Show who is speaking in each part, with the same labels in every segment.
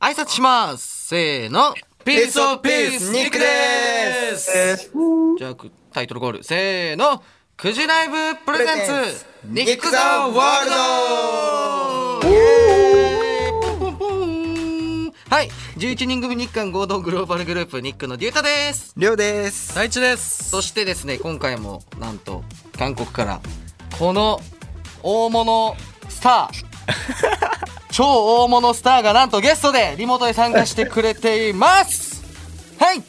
Speaker 1: 挨拶しますせーのピースオブピースニックですじゃあくタイトルゴールせーのくじライブプレゼンツニック・ザ・ワールドポンポンポンはい11人組日韓合同グローバルグループニックのデュータです
Speaker 2: りょうです。
Speaker 3: 大地です。
Speaker 1: そしてですね今回もなんと韓国からこの大物スター超大物スターがなんとゲストでリモートで参加してくれていますはい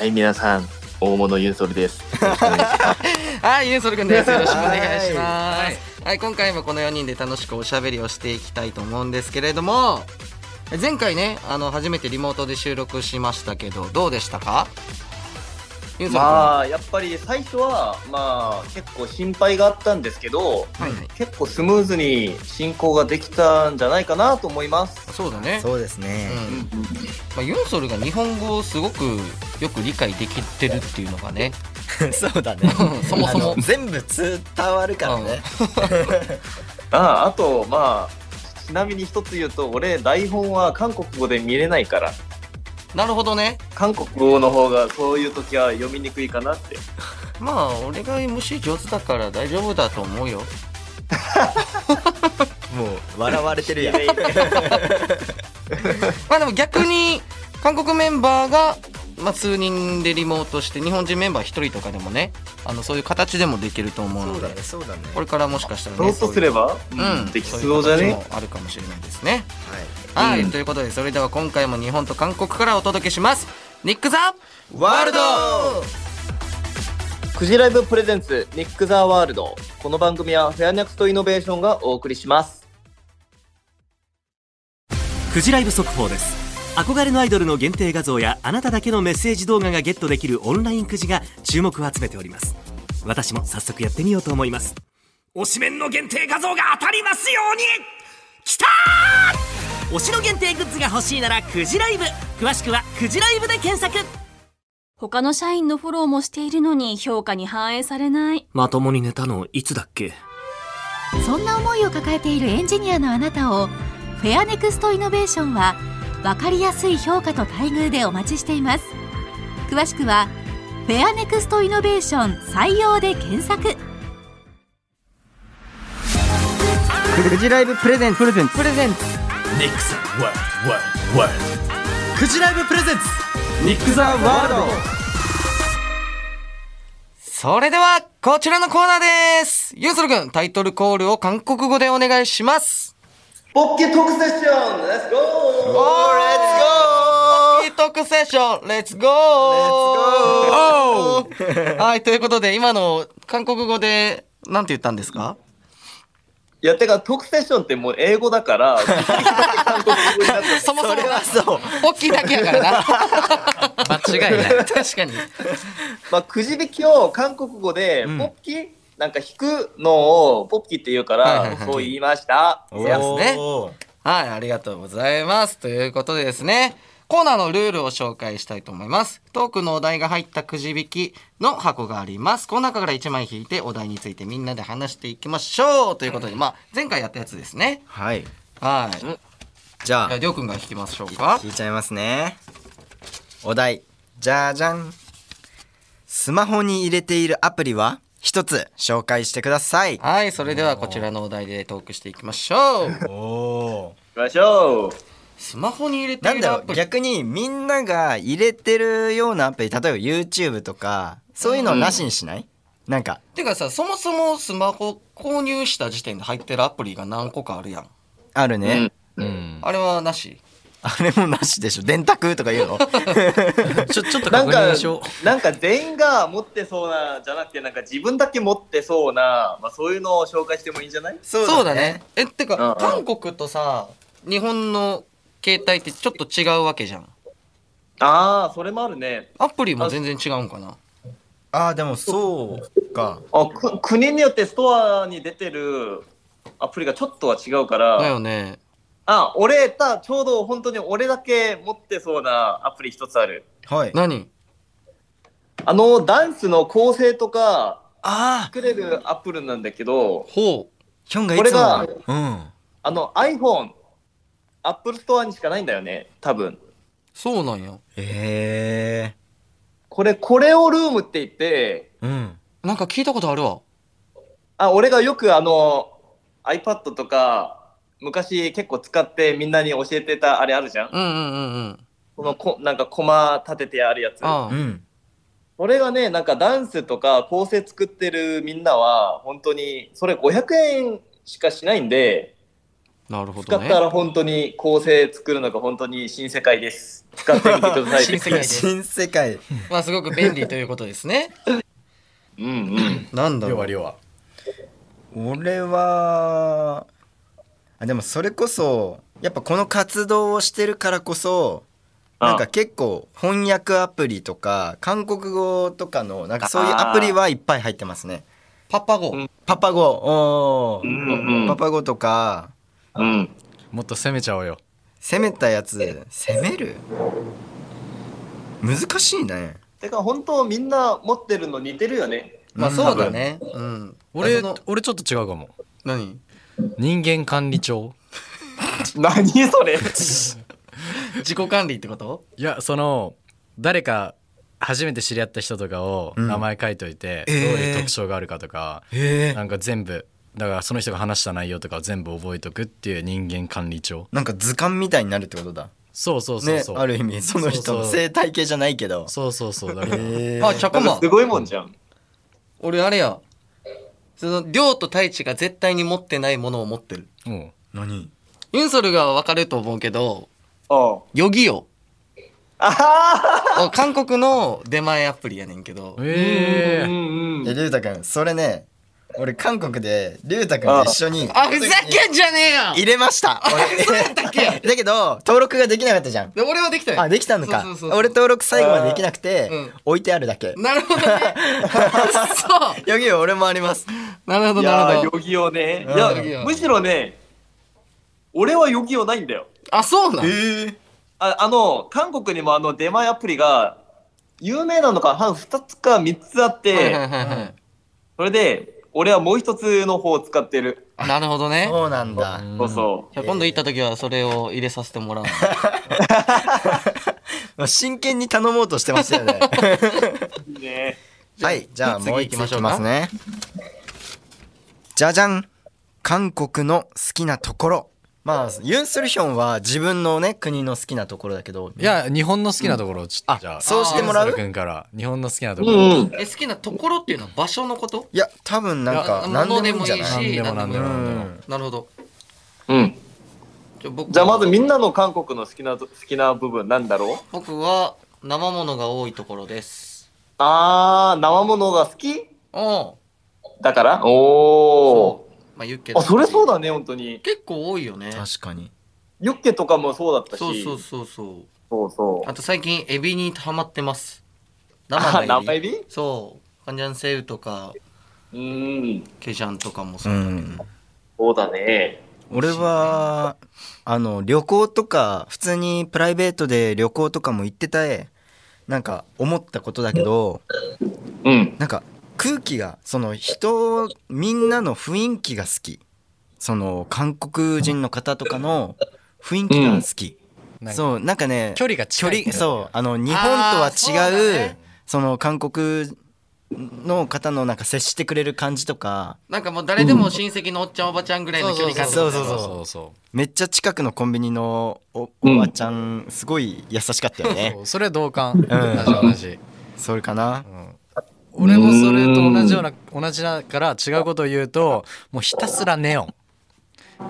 Speaker 4: はい、皆さん、大物ユンソルです。よろしくお願いします
Speaker 1: はい、ユンソルくんです。よろしくお願いします。はい、今回もこの4人で楽しくおしゃべりをしていきたいと思うんですけれども、前回ね、あの初めてリモートで収録しましたけど、どうでしたか？ユンソルくん。は
Speaker 5: まあやっぱり最初はまあ結構心配があったんですけど
Speaker 1: いはい。
Speaker 5: 結構スムーズに進行ができたんじゃないかなと思います
Speaker 1: そうだね。
Speaker 2: そうです
Speaker 1: う
Speaker 2: ね。
Speaker 1: ん。まあユンソルが日本語をすごくよく理解できてるっていうのがね。。
Speaker 2: そうだね
Speaker 1: そもそも
Speaker 2: あの全部伝わるからね。
Speaker 5: ああとまあちなみに一つ言うと俺台本は韓国語で見れないから
Speaker 1: なるほどね。
Speaker 5: 韓国語の方がそういう時は読みにくいかなって
Speaker 1: まあ俺が MC 上手だから大丈夫だと思うよ。
Speaker 2: もう笑われてるやん。
Speaker 1: まあでも逆に韓国メンバーが、まあ、数人でリモートして日本人メンバー1人とかでもねあのそういう形でもできると思う
Speaker 2: そ
Speaker 1: の
Speaker 2: うだ
Speaker 1: で
Speaker 2: ね、そうだね。
Speaker 1: これからもしかしたら
Speaker 5: そ
Speaker 1: ね
Speaker 5: うとすれば、
Speaker 1: う
Speaker 5: うんん、できそうじゃ
Speaker 1: そういう
Speaker 5: ね
Speaker 1: 形もあるかもしれないですね。
Speaker 2: はい。
Speaker 1: はい、
Speaker 5: うん
Speaker 1: ということでそれでは今回も日本と韓国からお届けします。ニックザ
Speaker 2: ワールド
Speaker 5: クジライブプレゼンツニック・ザ・ワールドこの番組はフェアネクストイノベーションがお送りします
Speaker 6: フジライブ速報です憧れのアイドルの限定画像やあなただけのメッセージ動画がゲットできるオンラインくじが注目を集めております私も早速やってみようと思います推しメンの限定画像が当たりますようにきたー推しの限定グッズが欲しいならくじライブ詳しくはくじライブで検索
Speaker 7: 他の社員のフォローもしているのに評価に反映されない。
Speaker 6: まともに寝たのいつだっけ
Speaker 8: そんな思いを抱えているエンジニアのあなたをフェアネクストイノベーションは分かりやすい評価と待遇でお待ちしています詳しくはフェアネクストイノベーション採用で検索
Speaker 2: フジライブプレゼンプレゼンプレゼン
Speaker 6: ニックザワールドワールドワールドくじライブプレゼンツニックザワールド
Speaker 1: それではこちらのコーナーですユンソル君タイトルコールを韓国語でお願いします。
Speaker 5: ポッケトークセッションレッツゴー
Speaker 1: おーレッツゴートークセッションレッツゴーはい、ということで、今の韓国語で、なんて言ったんですか
Speaker 5: いやてかトークセッションってもう英語だ から韓国語になってる
Speaker 1: そもそも、
Speaker 2: そう。
Speaker 1: 大きいだけやからな。
Speaker 3: 間違いない。
Speaker 1: 確かに。
Speaker 5: まあ、くじ引きを韓国語でポッキー、なんか引くのをポッキーって言うか
Speaker 1: はいはい
Speaker 5: ら
Speaker 1: はい
Speaker 5: そう言いました、
Speaker 1: うですね
Speaker 2: おー
Speaker 1: はい、ありがとうございます。ということでですね、コーナーのルールを紹介したいと思います。トークのお題が入ったくじ引きの箱があります。この中から1枚引いてお題についてみんなで話していきましょうということで、まあ、前回やったやつですね。
Speaker 2: はい。
Speaker 1: はい。じ
Speaker 2: じゃ
Speaker 1: ゃあ、
Speaker 2: あ
Speaker 1: りょうくんが引きましょうか。
Speaker 2: 聞いちゃいますね。お題。じゃじゃん。スマホに入れているアプリは一つ紹介してください。
Speaker 1: はい、それではこちらのお題でトークしていきましょう。
Speaker 2: おお。
Speaker 5: 行きましょう
Speaker 1: スマホに入れて
Speaker 2: ないん
Speaker 1: る
Speaker 2: だ
Speaker 1: ア
Speaker 2: ろ
Speaker 1: プ
Speaker 2: う
Speaker 1: リ。
Speaker 2: 逆にみんなが入れてるようなアプリ例えば YouTube とかそういうのなしにしない、なんか
Speaker 1: てかさ、そもそもスマホ購入した時点で入ってるアプリが何個かあるやん。
Speaker 2: あるね、
Speaker 3: うん。
Speaker 1: あれはなし。
Speaker 2: あれもなしでしょ電卓とか言うの
Speaker 3: ちょ、ちょっと
Speaker 5: なん
Speaker 3: 確
Speaker 5: か
Speaker 3: 認しよう。
Speaker 5: なんか全員が持ってそうなじゃなくてなんか自分だけ持ってそうな、まあ、そういうのを紹介してもいいんじゃない
Speaker 2: そ
Speaker 1: そうだね。え、て
Speaker 5: うん
Speaker 1: か
Speaker 5: う、
Speaker 1: 韓
Speaker 5: ん
Speaker 1: 国とさ、日本の携帯ってちょっと違うわけじゃん。
Speaker 5: ああそれもあるね
Speaker 1: アプリも全然違うんかな。
Speaker 2: ああでもそうか
Speaker 5: あく国によってストアに出てるアプリがちょっとは違うから、
Speaker 1: だよね。
Speaker 5: あ俺たちょうど本当に俺だけ持ってそうなアプリ一つある
Speaker 2: はい
Speaker 1: 何
Speaker 5: あのダンスの構成とか
Speaker 2: ああ
Speaker 5: 作れるアプリなんだけど
Speaker 1: ほう。
Speaker 2: ヒョンがい
Speaker 5: これ
Speaker 2: つも
Speaker 5: が
Speaker 2: うん
Speaker 5: あの iPhone アップルストアにしかないんだよね、多分。
Speaker 1: そうなんや。
Speaker 2: え
Speaker 5: これ、これをルームって言って、
Speaker 2: えうん
Speaker 1: なんか聞いたことあるわ。
Speaker 5: あ、俺がよくあの、iPad とか、昔結構使ってみんなに教えてたあれあるじゃん
Speaker 1: うんうんうんうん。
Speaker 5: このこ、なんかコマ立ててあるやつ。
Speaker 1: あ
Speaker 2: う
Speaker 1: あ。
Speaker 2: ん
Speaker 5: これがね、なんかダンスとか構成作ってるみんなは、本当に、それ500円しかしないんで、
Speaker 1: なるほ
Speaker 5: 使
Speaker 1: ど
Speaker 5: っ
Speaker 1: ね。
Speaker 5: たら本当に構成作るのが本当に新世界です。使ってみてください。
Speaker 1: 新世界です。
Speaker 2: 新世界
Speaker 1: まあすごく便利ということです ね。
Speaker 5: うんうん。
Speaker 1: なんだろう。
Speaker 2: は俺はあでもそれこそやっぱこの活動をしてるからこそなんか結構翻訳アプリとか韓国語とかのなんかそういうアプリはいっぱい入ってますね
Speaker 1: パパ語。
Speaker 5: うん
Speaker 2: パパ語おー
Speaker 5: うんうん
Speaker 2: パパ語とか
Speaker 5: うん。
Speaker 3: もっと攻めちゃおうよ。
Speaker 2: 攻めたやつ攻める難しいね
Speaker 5: てか本当みんな持ってるの似てるよね。
Speaker 1: まあそうだね。うん。俺
Speaker 3: 俺
Speaker 1: の、、
Speaker 3: 俺ちょっと違うかも。
Speaker 1: 何
Speaker 3: 人間管理庁
Speaker 5: 何それ
Speaker 1: 自己管理ってこと
Speaker 3: いや、その、誰か、初めて知り合った人とかを
Speaker 2: うん
Speaker 3: 名前書いといて、
Speaker 2: え
Speaker 3: どう
Speaker 2: ー
Speaker 3: いう特徴があるかとか、
Speaker 2: へ
Speaker 3: なんか全部、だからその人が話した内容とかを全部覚えとくっていう人間管理庁。
Speaker 2: なんか図鑑みたいになるってことだ
Speaker 3: そうそうそう
Speaker 2: ね
Speaker 3: そう。
Speaker 2: ある意味その人の
Speaker 3: そうそう
Speaker 2: 生態系じゃないけど
Speaker 3: そうそうそう。だから
Speaker 2: へー
Speaker 1: あ、チャコマン
Speaker 5: す。ごいもんじゃん。
Speaker 1: 俺あれや。その、量と太一が絶対に持ってないものを持ってる。
Speaker 3: うん。
Speaker 2: 何
Speaker 1: ユンソルがわかると思うけど、
Speaker 5: あ
Speaker 1: ヨギヨ。
Speaker 5: あ
Speaker 1: あ韓国の出前アプリやねんけど。
Speaker 3: え
Speaker 5: う
Speaker 3: え。
Speaker 5: んう
Speaker 2: え
Speaker 5: ん。
Speaker 2: りゅうたくんそれね俺韓国でりゅうたくんと一緒に
Speaker 1: あ、ふざけんじゃねえや
Speaker 2: 入れました俺 だけど登録ができなかったじゃん
Speaker 1: で俺はで きたよ。
Speaker 2: あできたのか
Speaker 1: そうそうそうそう
Speaker 2: 俺登録最後までできなくて、
Speaker 1: うん
Speaker 2: 置いてあるだけ
Speaker 1: なるほどね。そう。
Speaker 2: よぎよ俺もあります
Speaker 1: なるほど、
Speaker 5: い
Speaker 1: な
Speaker 5: や
Speaker 1: るほ
Speaker 5: ー、ヨ
Speaker 1: ど。
Speaker 5: ギをね。
Speaker 2: うん
Speaker 1: ヨ
Speaker 5: い
Speaker 1: ギを
Speaker 5: や、むしろね、俺はヨギをないんだよ。
Speaker 1: あ、そうなん
Speaker 5: ああの、韓国にもあの出前アプリが、有名なのか、は2つか3つあって、
Speaker 1: はいはいはいは
Speaker 5: それで、俺はもう一つの方を使ってる。
Speaker 1: い。なるほどね。
Speaker 2: そうなんだ
Speaker 5: そうそ
Speaker 1: じゃあ今度行った時はそれを入れさせてもらう。
Speaker 2: 真剣に頼もうとしてましたよね
Speaker 5: う。いいね。
Speaker 2: はいじゃあ
Speaker 1: 次
Speaker 2: もう一
Speaker 1: 行き
Speaker 2: つ
Speaker 1: ま
Speaker 2: い
Speaker 1: しょ
Speaker 2: き
Speaker 1: うか
Speaker 2: ますねじゃじゃん韓国の好きなところまあユン・スルヒョンは自分のね国の好きなところだけど
Speaker 3: いや、日本の好きなところをちょっと、じゃあ、
Speaker 2: そうしてもらう
Speaker 3: くんから、日本の好きなと
Speaker 5: う
Speaker 3: ころ。
Speaker 5: んうん。
Speaker 1: え、好きなところっていうのは場所のこと
Speaker 2: いや多分なんか
Speaker 1: いや
Speaker 2: 何でもいいんじゃない
Speaker 1: 物
Speaker 3: 何でも何でも何で
Speaker 2: う
Speaker 3: も
Speaker 2: ん。
Speaker 1: なるほど。
Speaker 5: うん、
Speaker 1: じゃあ僕
Speaker 5: じゃあまずみんなの韓国の好きなと好きな部分なんだろう
Speaker 1: 僕は生ものが多いところです。
Speaker 5: あー生ものが好き
Speaker 1: うん。
Speaker 5: だからお
Speaker 1: そ
Speaker 5: お
Speaker 1: う。まあユッケ
Speaker 5: あそれそう
Speaker 1: だ。
Speaker 5: だね本当に
Speaker 1: 結構多いよね。
Speaker 2: 確かに
Speaker 5: ユッケとかもそうだったし
Speaker 1: そうそうそうそう。
Speaker 5: そうそう
Speaker 1: あと最近エビにハマってます。
Speaker 5: あ
Speaker 1: 生の
Speaker 5: 生
Speaker 1: エ
Speaker 5: エ
Speaker 1: ビ。
Speaker 5: ビう
Speaker 1: そう。カンジャンセウとか
Speaker 5: ーん
Speaker 1: ケジャンとかもそうう。
Speaker 2: ん
Speaker 5: そうだね
Speaker 2: 俺はあの旅行とか普通にプライベートで旅行とかも行ってたえなんか思ったことだけど
Speaker 5: うん
Speaker 2: なんか空気がその人みんなの雰囲気が好きその韓国人の方とかの雰囲気が好き、
Speaker 3: なんか
Speaker 2: そうなんかね
Speaker 3: 距離が近い
Speaker 2: 距離そうあの日本とは
Speaker 1: あーそう
Speaker 2: 違う
Speaker 1: だ
Speaker 2: そ
Speaker 1: ね
Speaker 2: の韓国の方のなんか接してくれる感じとか
Speaker 1: なんかもう誰でも親戚のおっちゃんおばちゃんぐらいの距離感
Speaker 2: そうそう
Speaker 3: そう
Speaker 2: そう
Speaker 3: そうそ
Speaker 2: めっちゃ近くのコンビニのお
Speaker 5: うん
Speaker 2: おばちゃん、すごい優しかったよ
Speaker 3: う。
Speaker 2: ね
Speaker 3: そうそれ同感。同じ同じ。
Speaker 2: それかな
Speaker 3: うん俺もそれと同じような、同じだから違うことを言うと、もうひたすらネオン。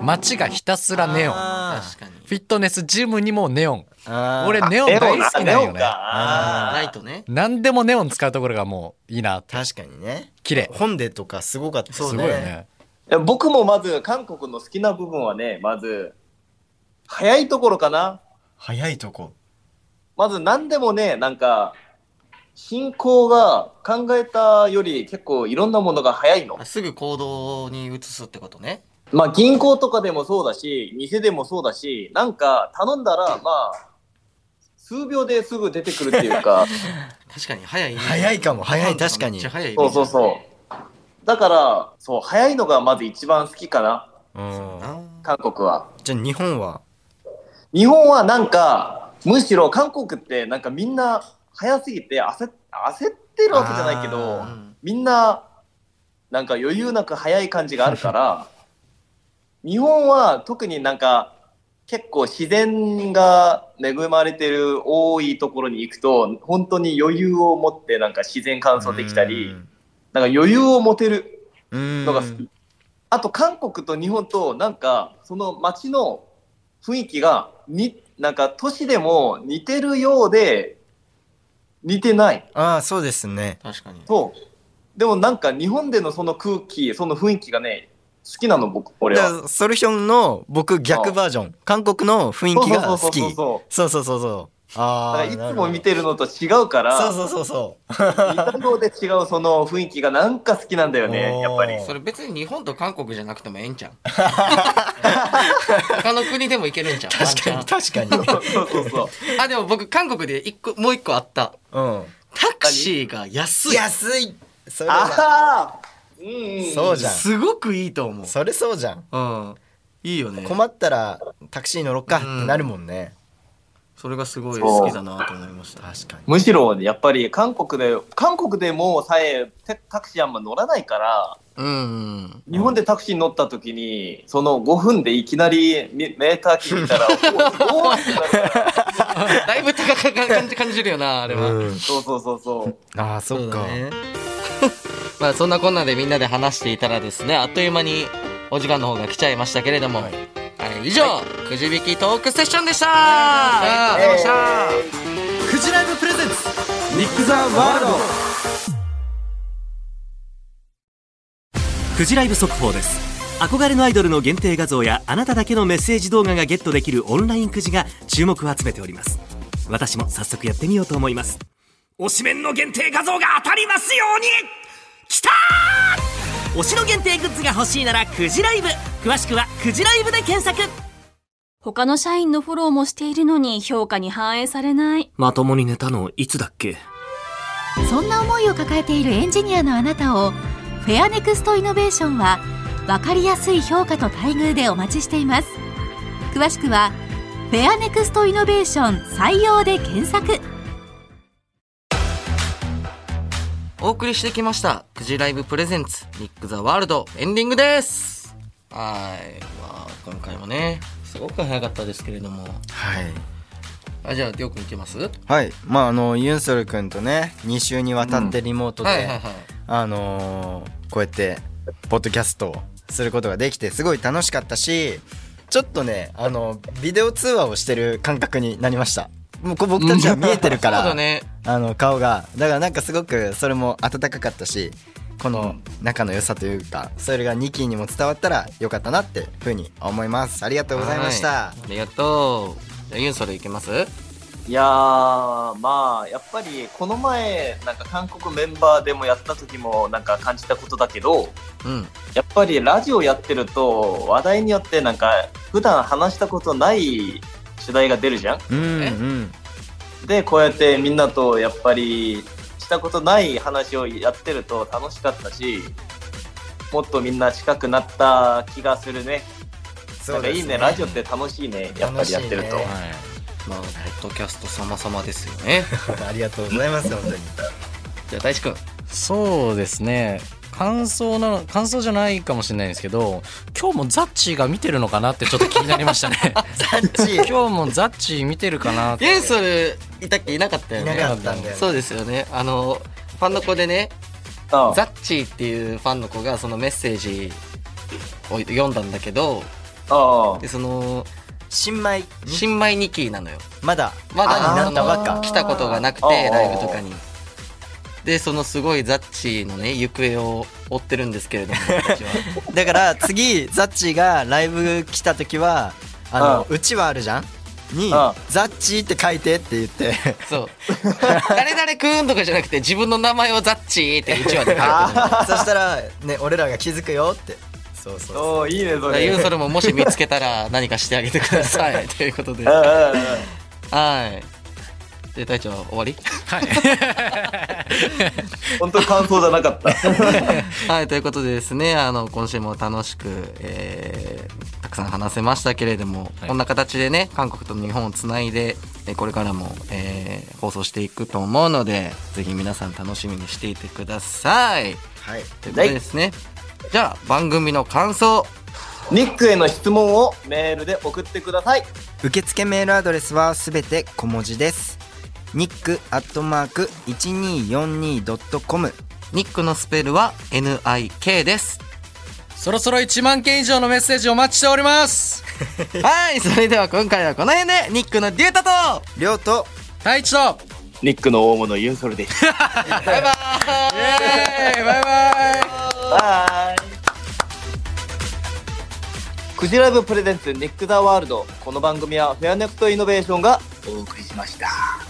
Speaker 3: 街がひたすらネオン。
Speaker 2: あ
Speaker 1: 確かに。
Speaker 3: フィットネスジムにもネオン。
Speaker 2: ー
Speaker 3: 俺
Speaker 2: あ
Speaker 3: ネオン大好きなんよね。
Speaker 5: あ
Speaker 1: ライトね。
Speaker 3: 何でもネオン使うところがもういいなって。
Speaker 2: 確かにね
Speaker 3: 綺麗。
Speaker 2: 本でとかすごかった
Speaker 3: すごいよね。
Speaker 5: いや僕もまず韓国の好きな部分はねまず早いところかな
Speaker 2: 早いとこ
Speaker 5: まず何でもね、なんか、進行が考えたより結構いろんなものが早いの
Speaker 1: あ。すぐ行動に移すってことね。
Speaker 5: まあ銀行とかでもそうだし、店でもそうだし、なんか頼んだら、まあ、数秒ですぐ出てくるっていうか、
Speaker 1: 確かに早いイメージ。
Speaker 2: 早いかも早い確か
Speaker 1: め
Speaker 2: に
Speaker 1: っちゃ早いイメ
Speaker 5: そ
Speaker 1: ー
Speaker 5: う
Speaker 1: ジ。
Speaker 5: そうそう。だから、そう、早いのがまず一番好きかな、
Speaker 2: うん
Speaker 1: あー
Speaker 5: 韓国は。
Speaker 2: じゃあ日本は
Speaker 5: 日本はなんか、むしろ韓国ってなんかみんな早すぎて焦っ焦ってるわけじゃないけど、みんななんか余裕なく早い感じがあるから、 日本は特になんか結構自然が恵まれてる多いところに行くと、本当に余裕を持ってなんか自然乾燥できたり、なんか余裕を持てる
Speaker 2: うん
Speaker 5: のが好き。あと韓国と日本となんかその街の雰囲気がになんか都市でも似てるようで似てない
Speaker 2: ああそうですね
Speaker 1: 確かに。
Speaker 5: とでもなんか日本でのその空気その雰囲気がね好きなの僕俺
Speaker 2: だか
Speaker 5: は
Speaker 2: らソルヒョンの僕逆バージョン韓国の雰囲気が好き
Speaker 5: そうそうそうそ
Speaker 2: そうそう
Speaker 5: う
Speaker 2: そうそうああ
Speaker 5: だからいつも見
Speaker 2: て
Speaker 5: てるのと違うから
Speaker 2: そうそうそうそ
Speaker 5: 似たようで違うその雰囲気がなんか好きなんだよねやっぱり
Speaker 2: おー
Speaker 1: それ別に日本と韓国じゃなくてもええんちゃう 他の国でもいけるんちゃう
Speaker 2: う確かに確かに
Speaker 5: そうそ うそう
Speaker 1: ワンチャンあでも僕韓国で一個もう一個あった
Speaker 2: う
Speaker 1: タクシーが安
Speaker 2: ん
Speaker 1: い
Speaker 2: 安いそれは
Speaker 5: ああうんうん
Speaker 2: そうじゃん
Speaker 1: すごくいいと思う
Speaker 2: それそうじゃん
Speaker 1: うんいいよね
Speaker 2: 困ったらタクシー乗ろっかってなるもんね
Speaker 1: それがすごい好きだなと思いました
Speaker 2: 確かに
Speaker 5: むしろやっぱり韓国で韓国でもさえタタクシーあんま乗らないから
Speaker 1: うんうん
Speaker 5: 日本でタクシーに乗った時にその5分でいきなりメメーター機見 たらおおおーってなるから
Speaker 1: だいぶ高く感じ感じるよなあれは、
Speaker 2: うん
Speaker 5: そうそうそうそう
Speaker 2: ああそっか
Speaker 1: ね まあそんなこんなでみんなで話していたらですねあっという間にお時間の方が来ちゃいましたけれども、はい以上、くじ引きトークセッションでしたありがとうございました、
Speaker 6: クジライブプレゼンツ
Speaker 2: ニック・ザ・ワールド
Speaker 6: クジライブ速報です憧れのアイドルの限定画像やあなただけのメッセージ動画がゲットできるオンラインくじが注目を集めております私も早速やってみようと思います推しメンの限定画像が当たりますようにきたー推しの限定グッズが欲しいならクジライブ詳しくはクジライブで検索
Speaker 7: 他の社員のフォローもしているのに評価に反映されない。
Speaker 6: まともに寝たのいつだっけ
Speaker 8: そんな思いを抱えているエンジニアのあなたをフェアネクストイノベーションは分かりやすい評価と待遇でお待ちしています詳しくはフェアネクストイノベーション採用で検索
Speaker 1: お送りしてきました「くじライブプレゼンツニック・ザ・ワールド」エンディングですはいまあ今回もねすごく早かったですけれども
Speaker 2: はい
Speaker 1: あじゃありょうくんいけますはい
Speaker 2: はいまああのユンソル君とね2週にわたってリモートで、
Speaker 1: はいはい
Speaker 2: あのーこうやってポッドキャストをすることができてすごい楽しかったしちょっとねあのビデオ通話をしてる感覚になりましたもうこう僕たちは見えてるか
Speaker 1: そう
Speaker 2: ら、
Speaker 1: だね
Speaker 2: あの顔がだからなんかすごくそれも温かかったしこの仲の良さというかそれがニキにも伝わったらよかったなってふうに思いますありがとうございました、
Speaker 1: はいありがとうじゃあユンソルいけます
Speaker 5: いやーまあやっぱりこの前なんか韓国メンバーでもやった時もなんか感じたことだけど
Speaker 1: うん
Speaker 5: やっぱりラジオやってると話題によってなんか普段話したことない主題が出るじゃん
Speaker 2: うん
Speaker 1: え
Speaker 2: うん
Speaker 5: でこうやってみんなとやっぱりしたことない話をやってると楽しかったしもっとみんな近くなった気がするね
Speaker 2: そ
Speaker 5: なんかいいねラジオって楽しいねやっぱりやってると、
Speaker 2: 楽し
Speaker 1: まあポッドキャスト様々ですよね
Speaker 2: ありがとうございます本当に
Speaker 1: じゃあ大志くん
Speaker 3: そうですね感想なの感想じゃないかもしれないんですけど今日もザッチーが見てるのかなってちょっと気になりましたね
Speaker 2: ザッ チ
Speaker 3: 今日もザッチー見てるかなって
Speaker 1: ユンソルいたっけいなかったよね
Speaker 2: いなかったんだよね
Speaker 1: そうですよねあのファンの子でね
Speaker 5: あ
Speaker 1: ザッチーっていうファンの子がそのメッセージを読んだんだけど
Speaker 5: あ
Speaker 1: でその
Speaker 2: 新米
Speaker 1: 新米ニキーなのよ
Speaker 2: まだ
Speaker 1: まだ
Speaker 2: あ
Speaker 1: その
Speaker 2: なったばっか
Speaker 1: 来たことがなくて
Speaker 5: あー
Speaker 1: ライブとかにでそのすごいザッチーのね行方を追ってるんですけ れども私は
Speaker 2: だから次ザッチーがライブ来た時はあの
Speaker 5: ああ
Speaker 2: うちはあるじゃんに
Speaker 5: ああ
Speaker 2: ザッチーって書いてって言って
Speaker 1: そう誰々くんとかじゃなくて自分の名前をザッチーって一話で書いてる
Speaker 2: そしたらね俺らが気づくよってそうそう
Speaker 5: あ
Speaker 2: そう
Speaker 5: おーいいねそ
Speaker 1: だから
Speaker 5: れ
Speaker 1: ユ ーソルももし見つけたら何かしてあげてくださいということで
Speaker 5: うんうんうん
Speaker 1: はい。で隊長終わり
Speaker 5: 本当に感想じゃなかった。
Speaker 1: はいということでですねあの今週も楽しく、えーたくさん話せましたけれども、
Speaker 3: はい
Speaker 1: こんな形でね韓国と日本をつないでえーこれからも、えー放送していくと思うのでぜひ皆さん楽しみにしていてください。
Speaker 2: はい
Speaker 1: ということでですね、じゃあ番組の感想
Speaker 5: ニックへの質問をメールで送ってください。
Speaker 2: 受付メールアドレスはすべて小文字ですニックアットマーク 1242.com
Speaker 1: ニックのスペルは NIK です。
Speaker 3: そろそろ1万件以上のメッセージお待ちしております
Speaker 1: はいそれでは今回はこの辺でニックのデュータと
Speaker 2: りょうと
Speaker 3: 太一と
Speaker 4: ニックの大物ユンソルです。
Speaker 3: イエーイバイバイ
Speaker 5: バイ。クジラブプレゼンツニック・ザ・ワールド。この番組はフェアネクトイノベーションがお送りしました。